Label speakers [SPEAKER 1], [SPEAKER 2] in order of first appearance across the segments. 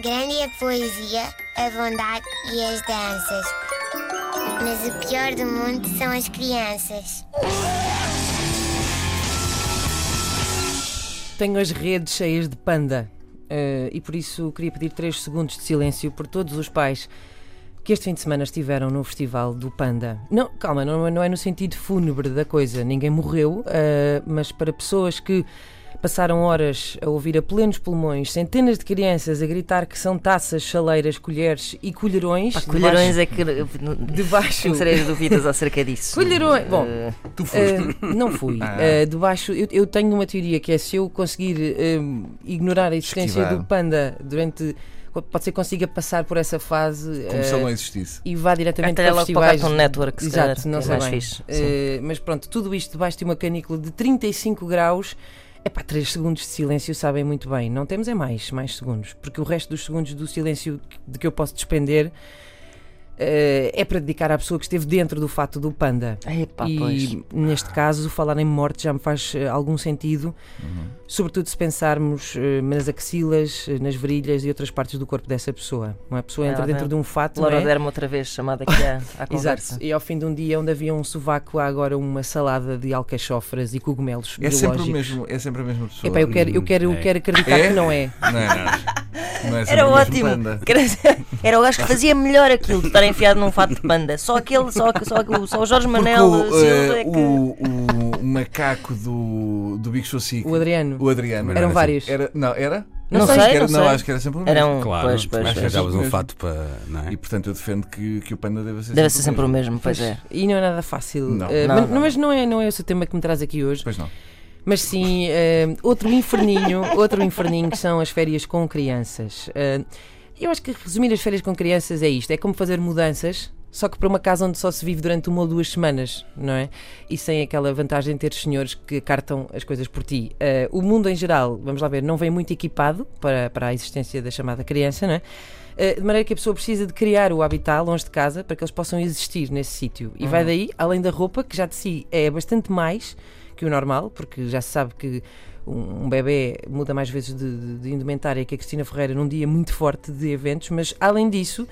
[SPEAKER 1] Grande é a poesia, a bondade e as danças. Mas o pior do mundo são as crianças.
[SPEAKER 2] Tenho as redes cheias de panda eh, e por isso queria pedir 3 segundos de silêncio por todos os pais que este fim de semana estiveram no Festival do Panda. Não, calma, não, não é no sentido fúnebre da coisa, ninguém morreu, eh, mas para pessoas que passaram horas a ouvir a plenos pulmões centenas de crianças a gritar que são taças, chaleiras, colheres e colherões.
[SPEAKER 3] Colherões é que.
[SPEAKER 2] Debaixo.
[SPEAKER 3] Tenho sérias dúvidas acerca disso.
[SPEAKER 2] Colherões. Bom,
[SPEAKER 3] Eh,
[SPEAKER 4] Tu foste.
[SPEAKER 2] Uh, não fui. Uh, debaixo, eu, eu tenho uma teoria que é se eu conseguir um, ignorar a existência
[SPEAKER 4] Esquivar.
[SPEAKER 2] do panda durante. Pode ser que consiga passar por essa fase
[SPEAKER 4] como
[SPEAKER 2] uh,
[SPEAKER 4] se ele não existisse.
[SPEAKER 2] e vá
[SPEAKER 3] até
[SPEAKER 2] diretamente
[SPEAKER 3] logo
[SPEAKER 2] para
[SPEAKER 3] para o
[SPEAKER 2] festivais.
[SPEAKER 3] Cartoon um Network, se
[SPEAKER 2] Exato,
[SPEAKER 3] calhar,
[SPEAKER 2] não
[SPEAKER 3] que
[SPEAKER 2] sei
[SPEAKER 3] é mais
[SPEAKER 2] bem.
[SPEAKER 3] fixe.
[SPEAKER 2] Uh,
[SPEAKER 3] Sim.
[SPEAKER 2] mas pronto, tudo isto debaixo de uma canícula de 35 graus. É para 3 segundos de silêncio sabem muito bem. Não temos é mais, mais segundos, porque o resto dos segundos do silêncio de que eu posso despender uh, é para dedicar à pessoa que esteve dentro do fato do panda.
[SPEAKER 3] Epá,
[SPEAKER 2] e
[SPEAKER 3] pois.
[SPEAKER 2] neste caso, falar em morte já me faz eh, algum sentido,
[SPEAKER 4] Uhum.
[SPEAKER 2] sobretudo se pensarmos eh, nas axilas, eh, nas virilhas e outras partes do corpo dessa pessoa. Uma pessoa
[SPEAKER 3] Ah,
[SPEAKER 2] entra
[SPEAKER 3] bem.
[SPEAKER 2] dentro de um fato. não
[SPEAKER 3] Laura
[SPEAKER 2] é?
[SPEAKER 3] Dermo outra vez chamada aqui à, à
[SPEAKER 2] Exato.
[SPEAKER 3] conversa.
[SPEAKER 2] E ao fim de um dia onde havia um sovaco, há agora uma salada de alcachofras e cogumelos
[SPEAKER 4] É
[SPEAKER 2] biológicos.
[SPEAKER 4] sempre, o mesmo, é sempre a mesma pessoa.
[SPEAKER 2] Epá, eu quero, eu quero,
[SPEAKER 5] É.
[SPEAKER 2] quero acreditar
[SPEAKER 4] É?
[SPEAKER 2] que não é.
[SPEAKER 4] Não é, não. Não é sempre
[SPEAKER 3] Era
[SPEAKER 4] o mesmo
[SPEAKER 3] ótimo.
[SPEAKER 4] panda.
[SPEAKER 3] Quer dizer, Era o gajo que fazia melhor aquilo de estar enfiado num fato de panda. Só aquele, só, só, o- só o Jorge
[SPEAKER 4] Porque
[SPEAKER 3] Manel
[SPEAKER 4] o,
[SPEAKER 3] Silva
[SPEAKER 4] eh,
[SPEAKER 3] é que.
[SPEAKER 4] o- o macaco do, do Big Show Sick,
[SPEAKER 2] O Adriano.
[SPEAKER 4] o Adriano.
[SPEAKER 2] Eram
[SPEAKER 5] Era
[SPEAKER 2] vários.
[SPEAKER 4] Era, não, era?
[SPEAKER 3] Não
[SPEAKER 4] acho
[SPEAKER 3] sei,
[SPEAKER 4] que era,
[SPEAKER 3] não sei.
[SPEAKER 4] acho que era sempre o mesmo.
[SPEAKER 3] Era um.
[SPEAKER 5] Claro,
[SPEAKER 3] pois, pois,
[SPEAKER 5] mas
[SPEAKER 3] pois.
[SPEAKER 5] arranjavas um
[SPEAKER 4] Mesmo.
[SPEAKER 5] fato para. Não é?
[SPEAKER 4] E portanto eu defendo que, que o panda deve ser
[SPEAKER 3] Deve ser sempre o mesmo, pois é.
[SPEAKER 2] E não é nada fácil.
[SPEAKER 4] Não.
[SPEAKER 2] Eh,
[SPEAKER 3] Não,
[SPEAKER 2] mas,
[SPEAKER 3] não.
[SPEAKER 2] mas não é, não é esse o tema que me traz aqui hoje.
[SPEAKER 4] Pois não.
[SPEAKER 2] Mas sim, eh, outro inferninho, outro inferninho que são as férias com crianças. Eh, eu acho que resumir as férias com crianças é isto: é como fazer mudanças, só que para uma casa onde só se vive durante uma ou duas semanas, não é? E sem aquela vantagem de ter senhores que cartam as coisas por ti. Eh, o mundo em geral, vamos lá ver, não vem muito equipado para, para a existência da chamada criança, não é? Eh, De maneira que a pessoa precisa de criar o habitat longe de casa para que eles possam existir nesse sítio. E vai daí, além da roupa, que já de si é bastante mais, que o normal, porque já se sabe que um, um bebê muda mais vezes de, de- de indumentária que a Cristina Ferreira num dia muito forte de eventos, mas além disso,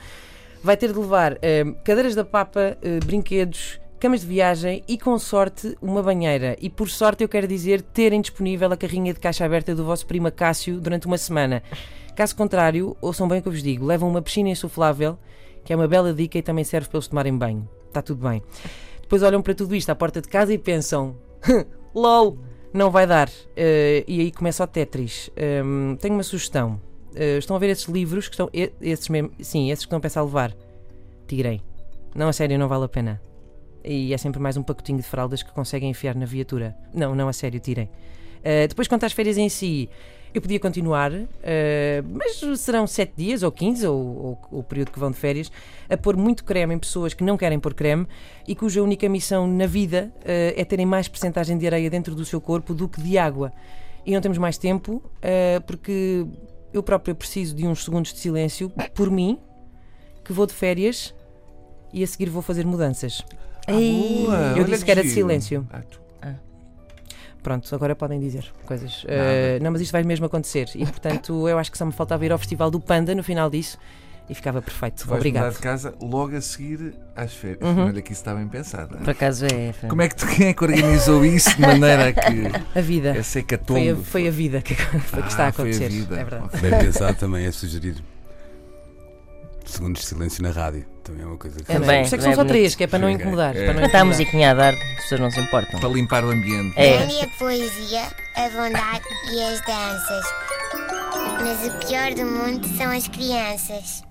[SPEAKER 2] vai ter de levar eh, cadeiras da papa, eh, brinquedos. Camas de viagem e, com sorte, uma banheira. E, por sorte, eu quero dizer, terem disponível a carrinha de caixa aberta do vosso prima Cássio durante uma semana. Caso contrário, ouçam bem o que eu vos digo: levam uma piscina insuflável, que é uma bela dica e também serve para eles tomarem banho. Está tudo bem. Depois olham para tudo isto à porta de casa e pensam: LOL, não vai dar. Eh, e aí começa o Tetris. Hum, tenho uma sugestão. Eh, estão a ver esses livros que estão. e- Esses mesmo, sim, esses que estão a pensar levar. Tirem. Não, a sério, não vale a pena. E é sempre mais um pacotinho de fraldas que conseguem enfiar na viatura. Não, não, a sério, tirem. Eh, depois, quanto às férias em si, eu podia continuar, eh, mas serão 7 dias ou 15, ou, ou- ou o período que vão de férias, a pôr muito creme em pessoas que não querem pôr creme e cuja única missão na vida eh, é terem mais percentagem de areia dentro do seu corpo do que de água. E não temos mais tempo, eh, porque eu próprio preciso de uns segundos de silêncio por mim, que vou de férias e a seguir vou fazer mudanças.
[SPEAKER 4] Ah,
[SPEAKER 2] eu disse que era de silêncio. Pronto, agora podem dizer coisas. Eh, não, mas isto vai mesmo acontecer. E portanto, eu acho que só me faltava ir ao Festival do Panda no final disso e ficava perfeito.
[SPEAKER 4] Tu vais mudar
[SPEAKER 2] Obrigado.
[SPEAKER 4] de casa logo a seguir às férias.
[SPEAKER 2] Uhum.
[SPEAKER 4] Olha que isso está bem pensado.
[SPEAKER 3] Por acaso é. foi-
[SPEAKER 4] Como é que tu, quem é que organizou isso de maneira que é
[SPEAKER 2] A vida.
[SPEAKER 4] essa hecatombe
[SPEAKER 2] Foi a, foi a vida que, foi que está a
[SPEAKER 4] Ah, foi a
[SPEAKER 2] acontecer.
[SPEAKER 4] vida.
[SPEAKER 2] É verdade.
[SPEAKER 4] Ok.
[SPEAKER 5] Bem pensado também é sugerir segundos de silêncio na rádio. Também é uma coisa que.
[SPEAKER 3] É
[SPEAKER 2] Mas
[SPEAKER 3] bem,
[SPEAKER 2] por isso é que
[SPEAKER 3] não
[SPEAKER 2] são
[SPEAKER 3] é
[SPEAKER 2] só
[SPEAKER 3] bonito.
[SPEAKER 2] três, que é para não
[SPEAKER 5] Sim, é.
[SPEAKER 2] incomodar.
[SPEAKER 4] É.
[SPEAKER 2] Para não
[SPEAKER 3] Canta a
[SPEAKER 2] incomodar.
[SPEAKER 3] musiquinha a dar, as pessoas não se importam.
[SPEAKER 4] para limpar o ambiente?
[SPEAKER 3] É.
[SPEAKER 1] Grande é a poesia, a bondade e as danças. Mas o pior do mundo são as crianças.